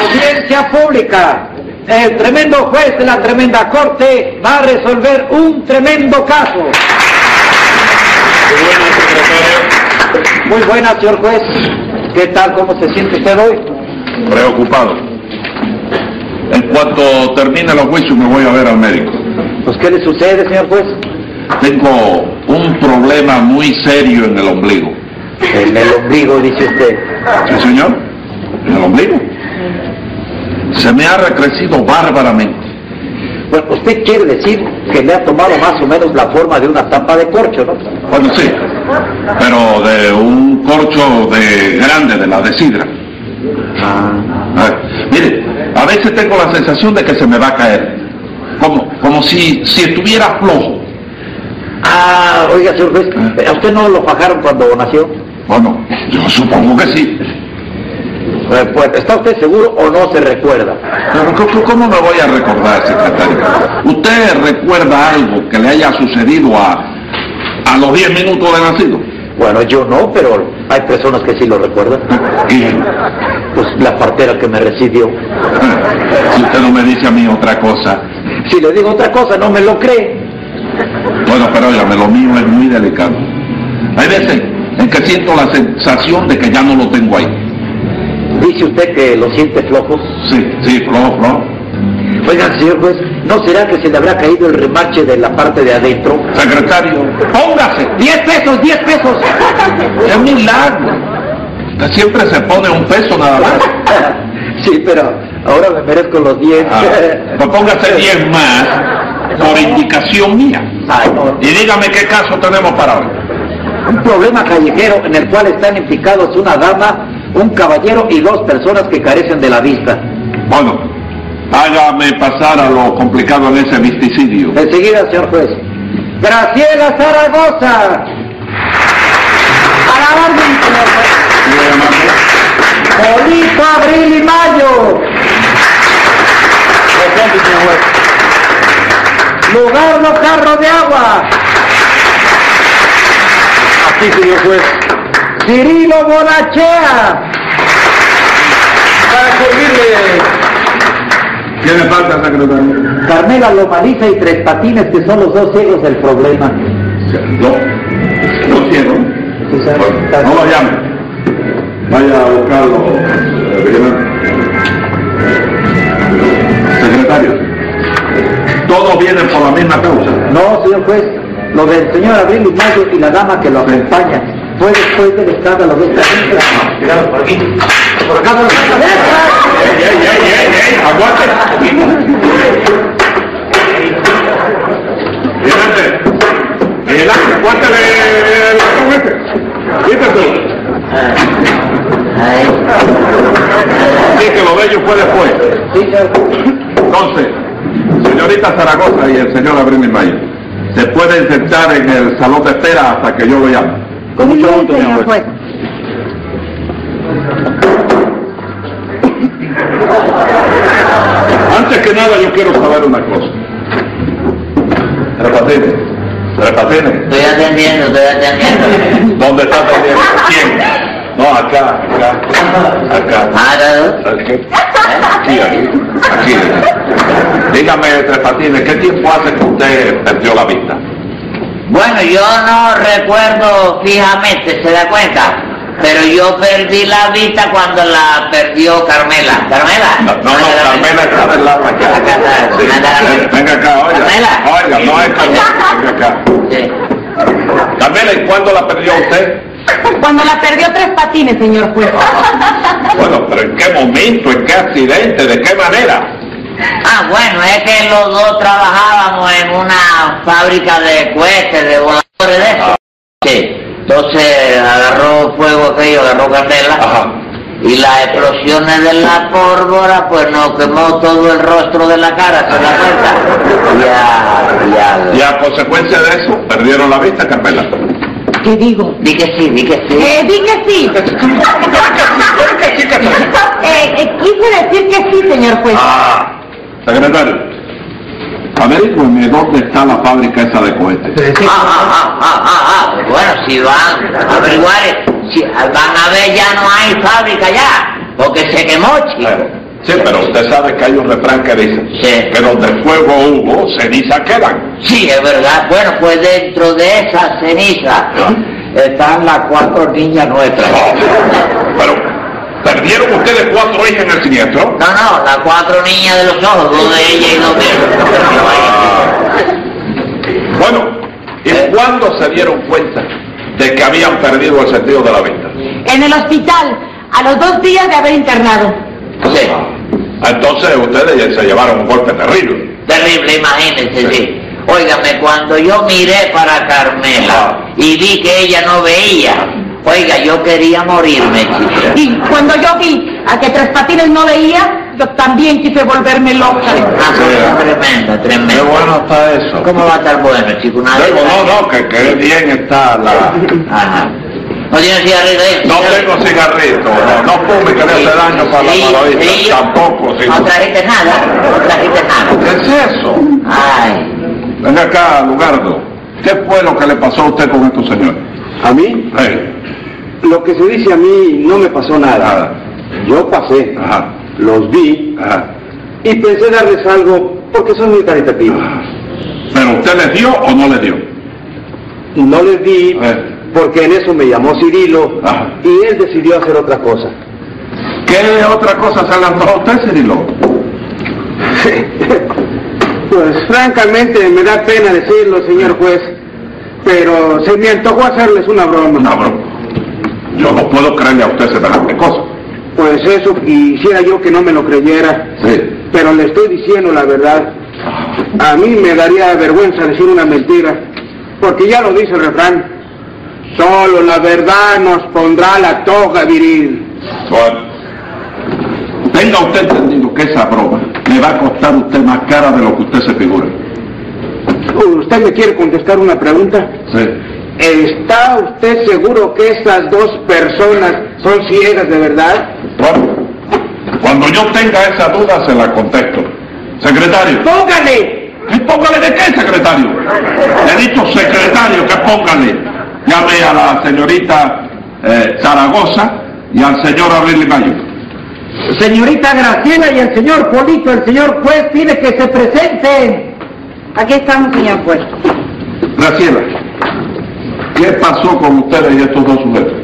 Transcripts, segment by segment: seguridad pública. El tremendo juez de la tremenda corte va a resolver un tremendo caso. Muy buenas, secretario. Muy buena, señor juez. ¿Qué tal? ¿Cómo se siente usted hoy? Preocupado. En cuanto termine los juicios me voy a ver al médico. Pues, ¿qué le sucede, señor juez? Tengo un problema muy serio en el ombligo. En el ombligo, dice usted. ¿Sí, señor? ¿En el ombligo? Se me ha recrecido bárbaramente. Bueno, usted quiere decir que le ha tomado más o menos la forma de una tapa de corcho, ¿no? Bueno, sí, pero de un corcho de grande, de la de sidra. Ah, mire, a veces tengo la sensación de que se me va a caer. Como, como si, si estuviera flojo. Ah, oiga, señor juez, ¿a usted no lo fajaron cuando nació? Bueno, yo supongo que sí. Eh, Pues, ¿está usted seguro o no se recuerda? Pero co- co- ¿cómo me voy a recordar, secretario? ¿Usted recuerda algo que le haya sucedido a, a los 10 minutos de nacido? Bueno, yo no, pero hay personas que sí lo recuerdan. Y, Pues la partera que me recibió. si usted no me dice a mí otra cosa. Si le digo otra cosa, no me lo cree. Bueno, pero óigame, lo mío es muy delicado. Hay veces en que siento la sensación de que ya no lo tengo ahí. Dice usted que lo siente flojo. Sí, sí, flojo, flojo. Oiga, señor juez, ¿no será que se le habrá caído el remache de la parte de adentro? Secretario, póngase. ¡Diez pesos, diez pesos! Es un milagro. Usted siempre se pone un peso nada más. sí, pero ahora me merezco los diez. Ah, pues póngase 10 más por indicación mía. Ay, no. Y dígame qué caso tenemos para hoy. Un problema callejero en el cual están implicados una dama, un caballero y dos personas que carecen de la vista. Bueno, hágame pasar a lo complicado en ese misticidio. Enseguida, señor juez. Graciela Zaragoza. A la orden, señor juez. eh, Polito, abril y mayo. Lugar no carro de agua. Así, señor juez. Cirilo Bonachea. Para servirle. ¿Qué le falta, secretario? Carmela Lomaliza y Tres Patines, que son los dos ciegos del problema. No, no quiero. Sí, señor. Bueno, no lo llame. Vaya a buscarlo, eh, vigilante. Secretario, todos vienen por la misma causa. No, señor juez, lo del señor Abril y Mayo y la dama que lo acompaña fue después del escándalo de esta gente. Cuidado por aquí. Por acá, por acá, por acá. ¡Ey, ey, ey, ey, ey! ¡Aguante! Vigilante. Vigilante, aguántale el ratón este. Quítate. Sí, que lo de ellos fue después. Sí, señor juez. Entonces, señorita Zaragoza y el señor Abril y Mayo, se pueden sentar en el salón de espera hasta que yo lo llame. Con mucho gusto, mi señor juez. Antes que nada yo quiero saber una cosa. Repatene, repatene. Estoy atendiendo, estoy atendiendo. ¿Dónde está atendiendo? ¿Quién? No, acá, acá, acá. Ahora, Aquí, aquí, aquí. Dígame, Tres Patines, ¿qué tiempo hace que usted perdió la vista? bueno, yo no recuerdo fijamente, ¿se da cuenta? Pero yo perdí la vista cuando la perdió Carmela. ¿Carmela? No, no, no, Carmela está del lado acá. Acá está, Sí, acá está. eh, Venga acá, oiga. Carmela. Oiga, no es Carmela, venga acá. Sí. Carmela, ¿y cuándo la perdió usted? Cuando la perdió tres patines, señor juez. Bueno, pero ¿en qué momento? ¿En qué accidente? ¿De qué manera? Ah, bueno, es que los dos trabajábamos en una fábrica de cohetes, de voladores de eso. Sí. Entonces agarró fuego aquello, agarró candela. Ajá. Y las explosiones de la pólvora, pues nos quemó todo el rostro de la cara, ¿se da cuenta? Ya, ya. Y a consecuencia de eso, perdieron la vista, Carmela. ¿Qué digo? Di que sí, di que sí. Eh, di que sí. Eh, eh, quise decir que sí, señor juez. Ah, secretario, averígüeme dónde está la fábrica esa de cohetes. Ah, ah, ah, ah, ah, ah. Bueno, si van a averiguar, si van a ver, ya no hay fábrica ya, porque se quemó, chico. Sí, pero usted sabe que hay un refrán que dice Sí. que donde fuego hubo, ceniza quedan. Sí, es verdad. Bueno, pues dentro de esa ceniza Ah. están las cuatro niñas nuestras. Pero, ¿perdieron ustedes cuatro hijas en el siniestro? No, no, las cuatro niñas de los ojos, dos de ellas y dos de ellos. Bueno, ¿y cuándo se dieron cuenta de que habían perdido el sentido de la vista? En el hospital, a los dos días de haber internado. Sí, Entonces ustedes ya se llevaron un golpe terrible. terrible, imagínense, sí. Óigame, cuando yo miré para Carmela y vi que ella no veía, oiga, yo quería morirme, chica. Y cuando yo vi a que Tres Patines no veía, yo también quise volverme loca. Una cosa Ah, tremenda, Qué tremenda. bueno está eso. ¿Cómo va a estar bueno, chico? Una vez- Digo, no, no, que, que bien está la... Ajá. ¿No tiene cigarrillo ¿eh? ahí? No tengo cigarrito, no, no fume que le hace daño para la Sí, mala vista. sí. Tampoco, sí. No trajiste nada, no trajiste nada. ¿Qué es eso? Ay, Ven acá, Lugardo. ¿Qué fue lo que le pasó a usted con estos señores? A mí, Eh, lo que se dice a mí no me pasó nada. Yo pasé, Ajá, los vi ajá. y pensé darles algo porque son muy caritativos. ¿Pero usted les dio o no les dio? No les di Eh. porque en eso me llamó Cirilo Ajá. y él decidió hacer otra cosa. ¿Qué otra cosa se le antojó a usted, Cirilo? Pues francamente me da pena decirlo, señor juez, pero se me antojó hacerles una broma. No, bro. Yo no puedo creerle a usted semejante cosa. Pues eso quisiera yo que no me lo creyera, Sí. pero le estoy diciendo la verdad. A mí me daría vergüenza decir una mentira, porque ya lo dice el refrán. Solo la verdad nos pondrá la toga viril. Bueno. Tenga usted entendido que esa broma le va a costar a usted más cara de lo que usted se figura. ¿Usted me quiere contestar una pregunta? Sí. ¿Está usted seguro que esas dos personas son ciegas de verdad? Bueno, cuando yo tenga esa duda se la contesto. Secretario. ¡Póngale! ¿Y póngale de qué, secretario? Le he dicho, secretario, que póngale. Llame a la señorita eh, Zaragoza y al señor Abril Mayo. Señorita Graciela y el señor Polito, el señor juez pide que se presenten. Aquí estamos, señor juez. Graciela, ¿qué pasó con ustedes y estos dos sujetos?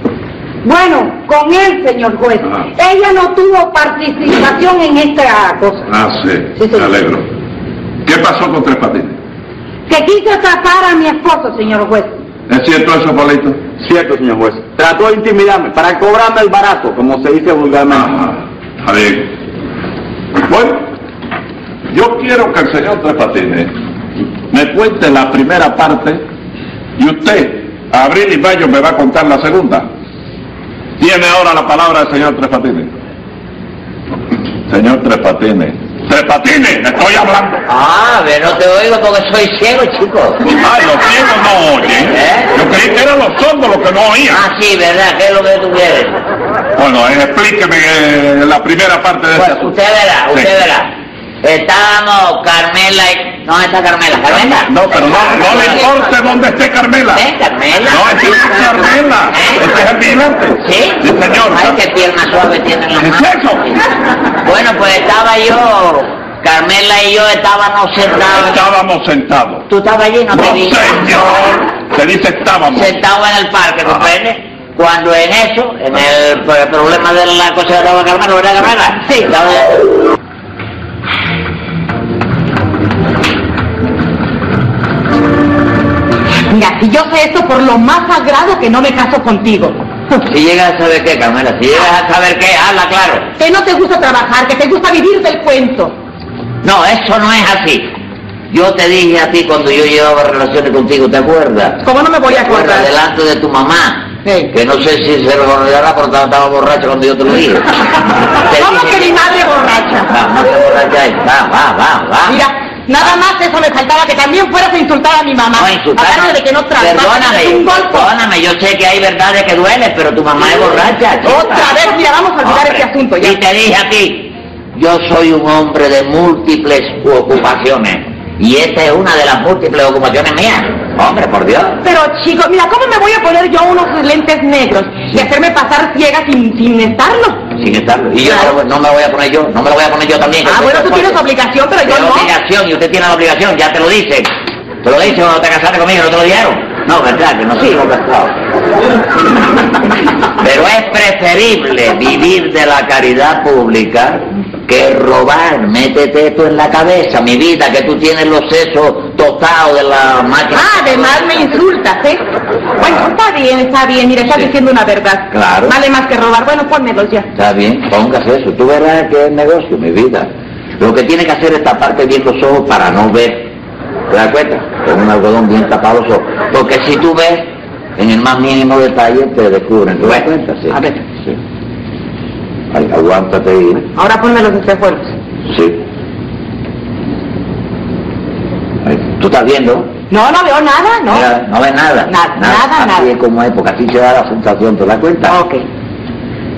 Bueno, con él, señor juez. Ah. Ella no tuvo participación en este esta cosa. Ah, sí, Sí, señor. me alegro. ¿Qué pasó con Tres Patines? Que quiso atrapar a mi esposo, señor juez. ¿Es cierto eso, Polito? Cierto, señor juez. Trató de intimidarme para cobrarme el barato, como se dice vulgarmente. Ajá, está bien. Bueno, yo quiero que el señor Tres Patines me cuente la primera parte y usted, Abril y Mayo, me va a contar la segunda. Tiene ahora la palabra el señor Tres Patines. Señor Tres Patines. ¡Tres Patines! ¡Le estoy hablando! ah, ve, no te oigo porque soy ciego, chico. Ah, los ciegos no oyen. ¿Eh? Yo creí que eran los sordos los que no oían. Ah, sí, ¿verdad? ¿Qué es lo que tú quieres? Bueno, eh, explíqueme eh, la primera parte de Pues este asunto. usted verá, Sí. usted verá. Estábamos Carmela y... ¿Dónde está Carmela? ¿Carmela? No, pero no, no le importe dónde esté Carmela. ¿Eh, Carmela? No, este no es Carmela. ¿Eh? Este es el vigilante. ¿Sí? señor. Ay, qué pierna suave tienen los ¿Qué es eso? Bueno, pues estaba yo... Carmela y yo estábamos sentados... Estábamos sentados. Tú estabas allí y no te No, vi. señor. Se dice estábamos. sentado en el parque, ¿comprende? Cuando en eso, en el, pues, problema de la cosa de la Carmela, ¿verdad, Carmela? Sí. Mira, si yo sé esto por lo más sagrado que no me caso contigo. Si llegas a saber qué, Carmela, si llegas a saber qué, habla claro. Que no te gusta trabajar, que te gusta vivir del cuento. No, eso no es así. Yo te dije a ti cuando yo llevaba relaciones contigo, ¿te acuerdas? ¿Cómo no me voy a Por acordar? delante de tu mamá. Sí. Que no sé si se lo olvidará porque estaba, estaba borracho cuando yo te lo dije. Te ¿Cómo dije- que mi madre borracha? Va, no te borracha, va, va, va, va. Mira, nada más eso me faltaba que también fueras a insultar a mi mamá. No, insultar, Aparte de que no trabajas, Perdóname, es un golpe. perdóname, yo sé que hay verdades que duelen, pero tu mamá es borracha. chica. Otra vez, mira, vamos a olvidar Hombre, este asunto ya. Y te dije a ti, yo soy un hombre de múltiples ocupaciones. Y esta es una de las múltiples ocupaciones mías. Hombre, por Dios. Pero chicos, mira, ¿cómo me voy a poner yo unos lentes negros y hacerme pasar ciega sin, sin estarlo? Sin estarlo. Y yo Claro. no, no me voy a poner yo, no me lo voy a poner yo también. Ah, Yo bueno, soy tú fuerte. tienes obligación, pero yo Tengo no. obligación y usted tiene la obligación, ya te lo dicen. Te lo dicen cuando te casaste conmigo, no te lo dijeron. No, verdad, que no sigo casado. Pero es preferible vivir de la caridad pública que robar. Métete esto en la cabeza, mi vida, que tú tienes los sesos tostados de la máquina. Ah, además me insultas, ¿eh? Bueno, está bien, está bien, mira, estás Sí. diciendo una verdad. Claro. Vale más que robar, bueno, pónmelos ya. Está bien, póngase eso. Tú verás que es negocio, mi vida. Lo que tiene que hacer es taparte bien los ojos para no ver. ¿Te das cuenta? Con un algodón bien tapado los ojos. Porque si tú ves, en el más mínimo detalle te descubren. ¿Te das cuenta? Sí. a ver. Sí. Ay, aguántate ahí. ¿eh? Ahora ponmelos espejuelos. Sí. Ay, ¿Tú estás viendo? No, no veo nada, ¿no? Mira, no ves nada. Na- nada, así nada. es como es, porque así te da la sensación, ¿te das cuenta? Ok,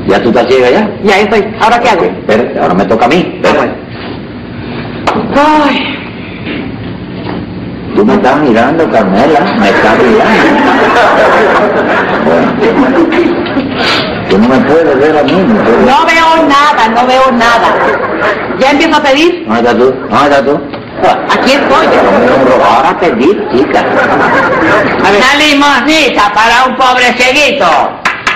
¿Ya tú estás ciega ya? ya estoy. ¿Ahora qué hago? Ok, espérate, ahora me toca a mí. Ah, espérate. bueno. Ay, Tú me estás mirando, Carmela, me estás mirando. Bueno. Tú no me puedes ver a mí. No, puedes- no veo nada, no veo nada. Ya empiezo a pedir. ¿Dónde estás tú? ¿Dónde estás tú? Aquí estoy. Pero me lo han robado. Ahora pedí, chica. A ver. Una limosnita para un pobre cieguito.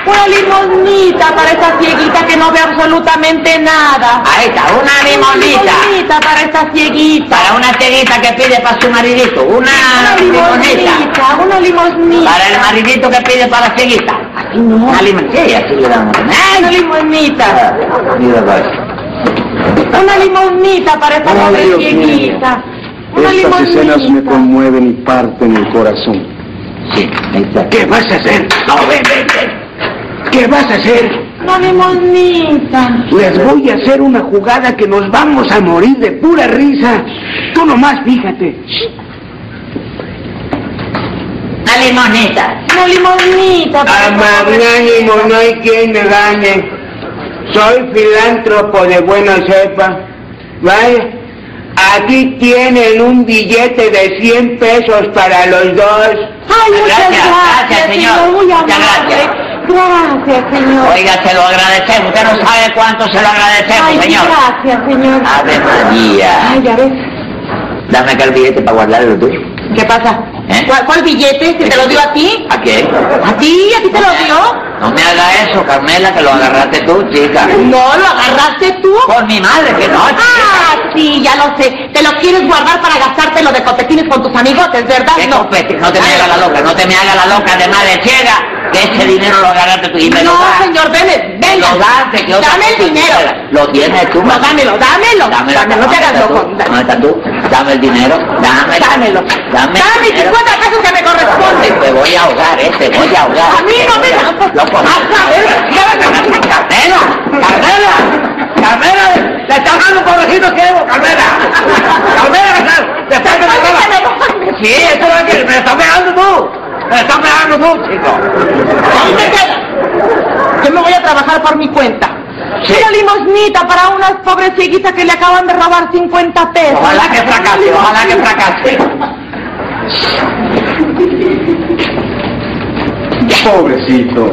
Una limosnita para esta cieguita que no ve absolutamente nada. Ahí está, una limosnita. limosnita para esta cieguita. Para una cieguita que pide para su maridito. Una Una limosnita. limosnita, una limosnita. Para el maridito que pide para la cieguita. Ay, no. Una limosnita. Sí, así le damos. Ay, una limosnita. Mira, pues. Una limosnita para esta Ay, pobre Dios mío. cieguita. Una Estas escenas me limosnita. conmueven y parten el corazón. Sí, ahí está. ¿Qué vas a hacer? No, ven, ven, ven. ¿Qué vas a hacer? Una limosnita. Les voy a hacer una jugada que nos vamos a morir de pura risa. Tú nomás fíjate. Una limonita. Una limosnita para esta pobre Magnánimo, no hay quien me dañe. Soy filántropo de buena cepa. Vaya, aquí tienen un billete de 100 pesos para los dos. Ay, muchas Gracias, gracias, gracias, señor. Muy Muchas amable. ¿eh? Gracias, señor. Oiga, se lo agradecemos. Usted no sabe cuánto se lo agradecemos, Ay, señor. gracias, señor. Ave María. Ay, ya ves. Dame acá el billete para guardarlo tú. ¿Qué pasa? ¿Eh? ¿Cuál, cuál billete? ¿Que te lo dio a ti? ¿A qué? ¿A ti? ¿A ti te lo dio? No me haga eso, Carmela, que lo agarraste tú, chica. No, lo agarraste tú. Por mi madre, que no, chica. Ah, sí, ya lo sé. Te lo quieres guardar para gastártelo de copetines con tus amigotes, ¿verdad? ¿Qué no. copete? No te me haga la loca, no te me haga la loca de madre ciega, que ese dinero lo agarraste tú y me lo No, das. señor, ven, ven. Lo das, te quedo- Dame el dinero. Lo tienes tú, No, mamá. dámelo, dámelo. Dámelo, Dámelo, no te hagas loco. ¿Dónde estás tú? Dame el dinero. Dame. Dámelo. Dame. Dame el dinero. 50 pesos que me Te- corresponden. Te voy a ahogar, eh. Te voy a ahogar. A mí no me da. Loco. Ajá, eh, llévatelo. Carmela. Carmela. Carmela. Le está dando un pobrecito ciego, Carmela. Carmela, le está dando Ay, que me Carmela. lo mandes. Sí, eso es lo que me está pegando tú. Me está pegando tú, chico. ¿Dónde queda? Yo me voy a trabajar por mi cuenta. Sí. Una limosnita para unas pobres cieguitas que le acaban de robar 50 pesos. Ojalá que fracase, ojalá que fracase. Pobrecito.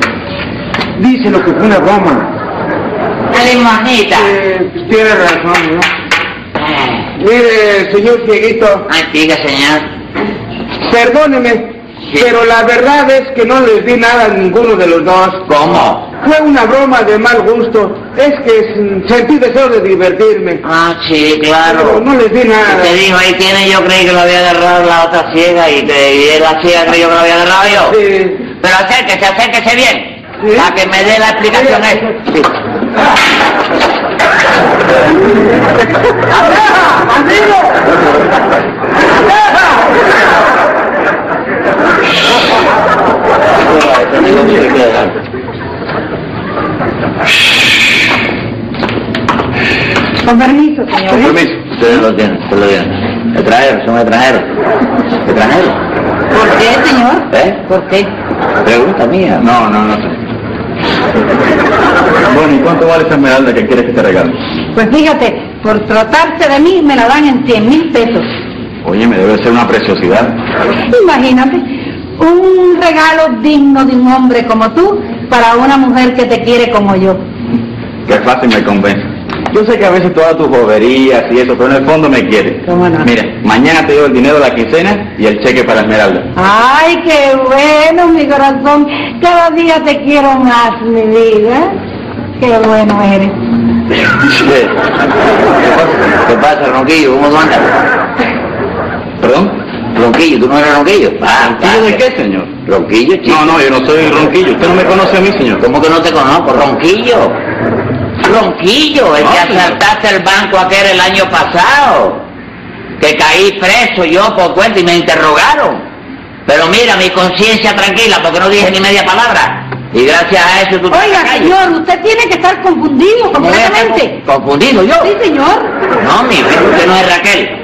Dice lo que fue una broma. Una limonita. Eh, tiene razón, ¿no? Ah. Mire, señor Cieguito, Ay, diga, señor. perdóneme, Sí. pero la verdad es que no les di nada a ninguno de los dos. ¿Cómo? Fue una broma de mal gusto. Es que mm, sentí deseo de divertirme. Ah, sí, Pero claro. no les di Y te nada. dijo, ahí tiene, yo creí que lo había agarrado la otra ciega y, te, y la ciega creyó que lo había agarrado yo. Eh, Pero acérquese, acérquese bien, Sí. para que me dé la explicación Sí. esa. Con permiso, Con señor. permiso. Ustedes lo tienen, ustedes lo tienen. Extranjeros, son extranjeros. Extranjeros. ¿Por qué, señor? ¿Eh? ¿Por qué? Pregunta mía. No, no, no sé. Bueno, ¿y cuánto vale esa esmeralda que quieres que te regale? Pues fíjate, por tratarse de mí me la dan en 100 mil pesos. Oye, me debe ser una preciosidad. Imagínate, un regalo digno de un hombre como tú para una mujer que te quiere como yo. Qué fácil me convence. Yo sé que a veces todas tus boberías y eso, pero en el fondo me quieres. ¿Cómo no? Mira, mañana te llevo el dinero de la quincena y el cheque para Esmeralda. Ay, qué bueno, mi corazón. Cada día te quiero más, mi vida. Qué bueno eres. ¿Qué pasa? ¿Qué pasa, Ronquillo? ¿Cómo tú andas? ¿Perdón? Ronquillo, ¿tú no eres Ronquillo? ¿Ronquillo de qué, señor? Ronquillo, chico. No, no, yo no soy Ronquillo. Usted no me conoce a mí, señor. ¿Cómo que no te conozco? Ronquillo. Ronquillo, el que Ah, asaltaste el banco aquel el año pasado. Que caí preso yo por cuenta y me interrogaron. Pero mira, mi conciencia tranquila porque no dije ni media palabra. Y gracias a eso tú te Oiga, callas. señor, usted tiene que estar confundido ¿Cómo voy a estar completamente. Confundido yo. Sí, señor. No, mi vida, usted no es Raquel. ¿Eh?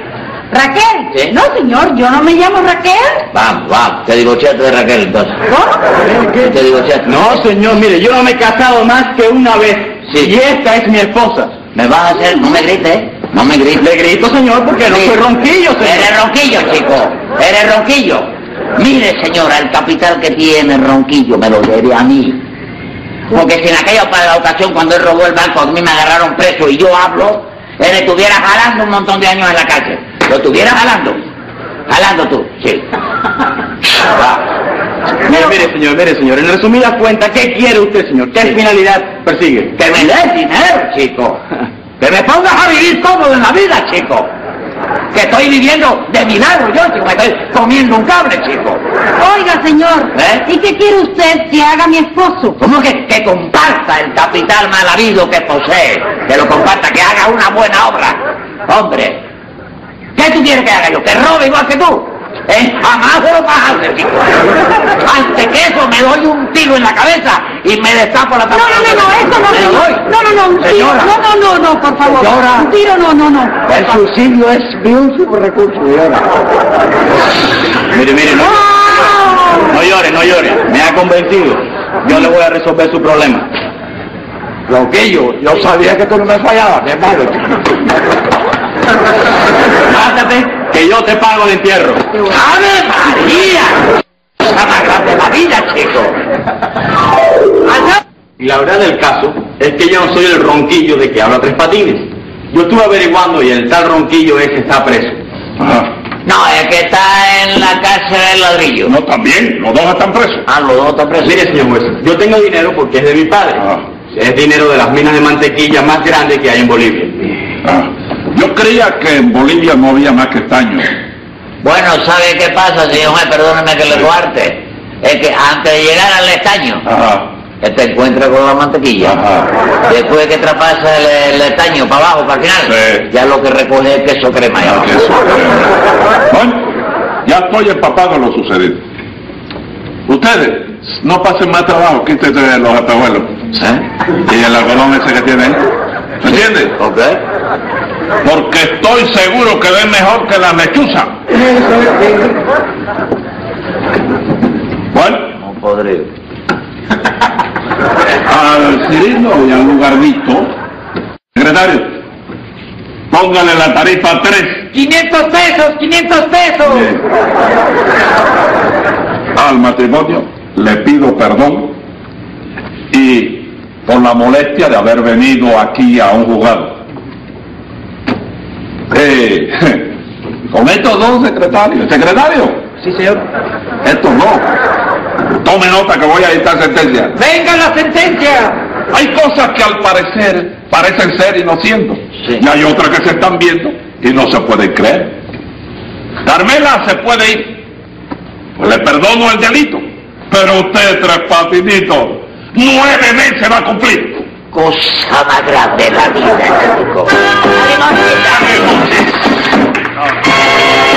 Raquel. Sí. No, señor, yo no me llamo Raquel. Vamos, vamos, te divorciaste de Raquel entonces. ¿Cómo? Te divorciaste. No, señor, mire, yo no me he casado más que una vez. Sí. Y esta es mi esposa. Me vas a hacer, no me grites, ¿eh? no me grites. Le grito, señor, porque no Sí. soy ronquillo, señor. Eres ronquillo, chico, eres ronquillo. Mire, señora, el capital que tiene ronquillo me lo debe a mí. Porque si en aquella opa- ocasión cuando él robó el banco a mí me agarraron preso y yo hablo, él estuviera jalando un montón de años en la cárcel. Lo estuviera jalando. Jalando tú, sí. Va. Mire, mire, señor, mire, señor. En resumidas cuentas, ¿qué quiere usted, señor? ¿Qué Sí. finalidad persigue? Que me des dinero, chico. Que me pongas a vivir cómodo en la vida, chico. Que estoy viviendo de milagro yo, chico. Me estoy comiendo un cable, chico. Oiga, señor. ¿Eh? ¿Y qué quiere usted que haga mi esposo? ¿Cómo que, que comparta el capital mal habido que posee? Que lo comparta, que haga una buena obra. Hombre, ¿qué tú quieres que haga yo? ¿Que robe igual que tú? ¿Eh? Jamás se lo vas a hacer, chico. Antes que eso me doy un tiro en la cabeza y me destapo la No, no, no, no, eso no, Me doy. señor. No, no, no, un tiro. Señora. No, no, no, no, por favor. Señora. Un tiro, no, no, no. El suicidio es mi último recurso, Mire, mire, no, ¡Wow! no llore, no llore. Me ha convencido. Yo le voy a resolver su problema. Ronquillo, yo sabía que tú no me fallabas, mi hermano. Mátate, que yo te pago el entierro. ¡Ave María! La más grande de la vida, chico. Allá- Y la verdad del caso es que yo no soy el ronquillo de que habla Tres Patines. Yo estuve averiguando y el tal ronquillo ese está preso. Ajá. No, es que está en la cárcel del ladrillo. No, también, los dos están presos. Ah, los dos están presos. Mire, señor juez, yo tengo dinero porque es de mi padre. Ah. Es dinero de las minas de mantequilla más grandes que hay en Bolivia. Ah, Yo creía que en Bolivia no había más que estaño. Bueno, ¿sabe qué pasa, señor juez? Perdóneme que le cuarte. Es que antes de llegar al estaño, Ajá. que te encuentra con la mantequilla. Ajá. Después que traspasa el, el estaño para abajo, para el final, Sí. ya lo que recoge es queso crema. ya Ah, no. que eso, eh. Bueno, ya estoy empapado de lo sucedido. Ustedes, no pasen más trabajo, quítense los atabuelos. ¿Eh? Y el algodón ese que tienen. ¿Me entiendes? ¿Ok? Porque estoy seguro que ven mejor que la mechuza. eh, Bueno. No podrido. al Cirilo y al Lugarnito, secretario, póngale la tarifa 3. 500 pesos, 500 pesos. Al matrimonio le pido perdón y por la molestia de haber venido aquí a un juzgado. Eh, con estos dos secretarios, secretario, Sí, señor. estos dos, tome nota que voy a dictar sentencia. Venga la sentencia. Hay cosas que al parecer parecen ser y no siendo. Sí. Y hay otras que se están viendo y no se pueden creer. Carmela se puede ir. Pues le perdono el delito. Pero usted, tres patinitos, nueve meses va a cumplir. Cosa más grande de la vida, chico.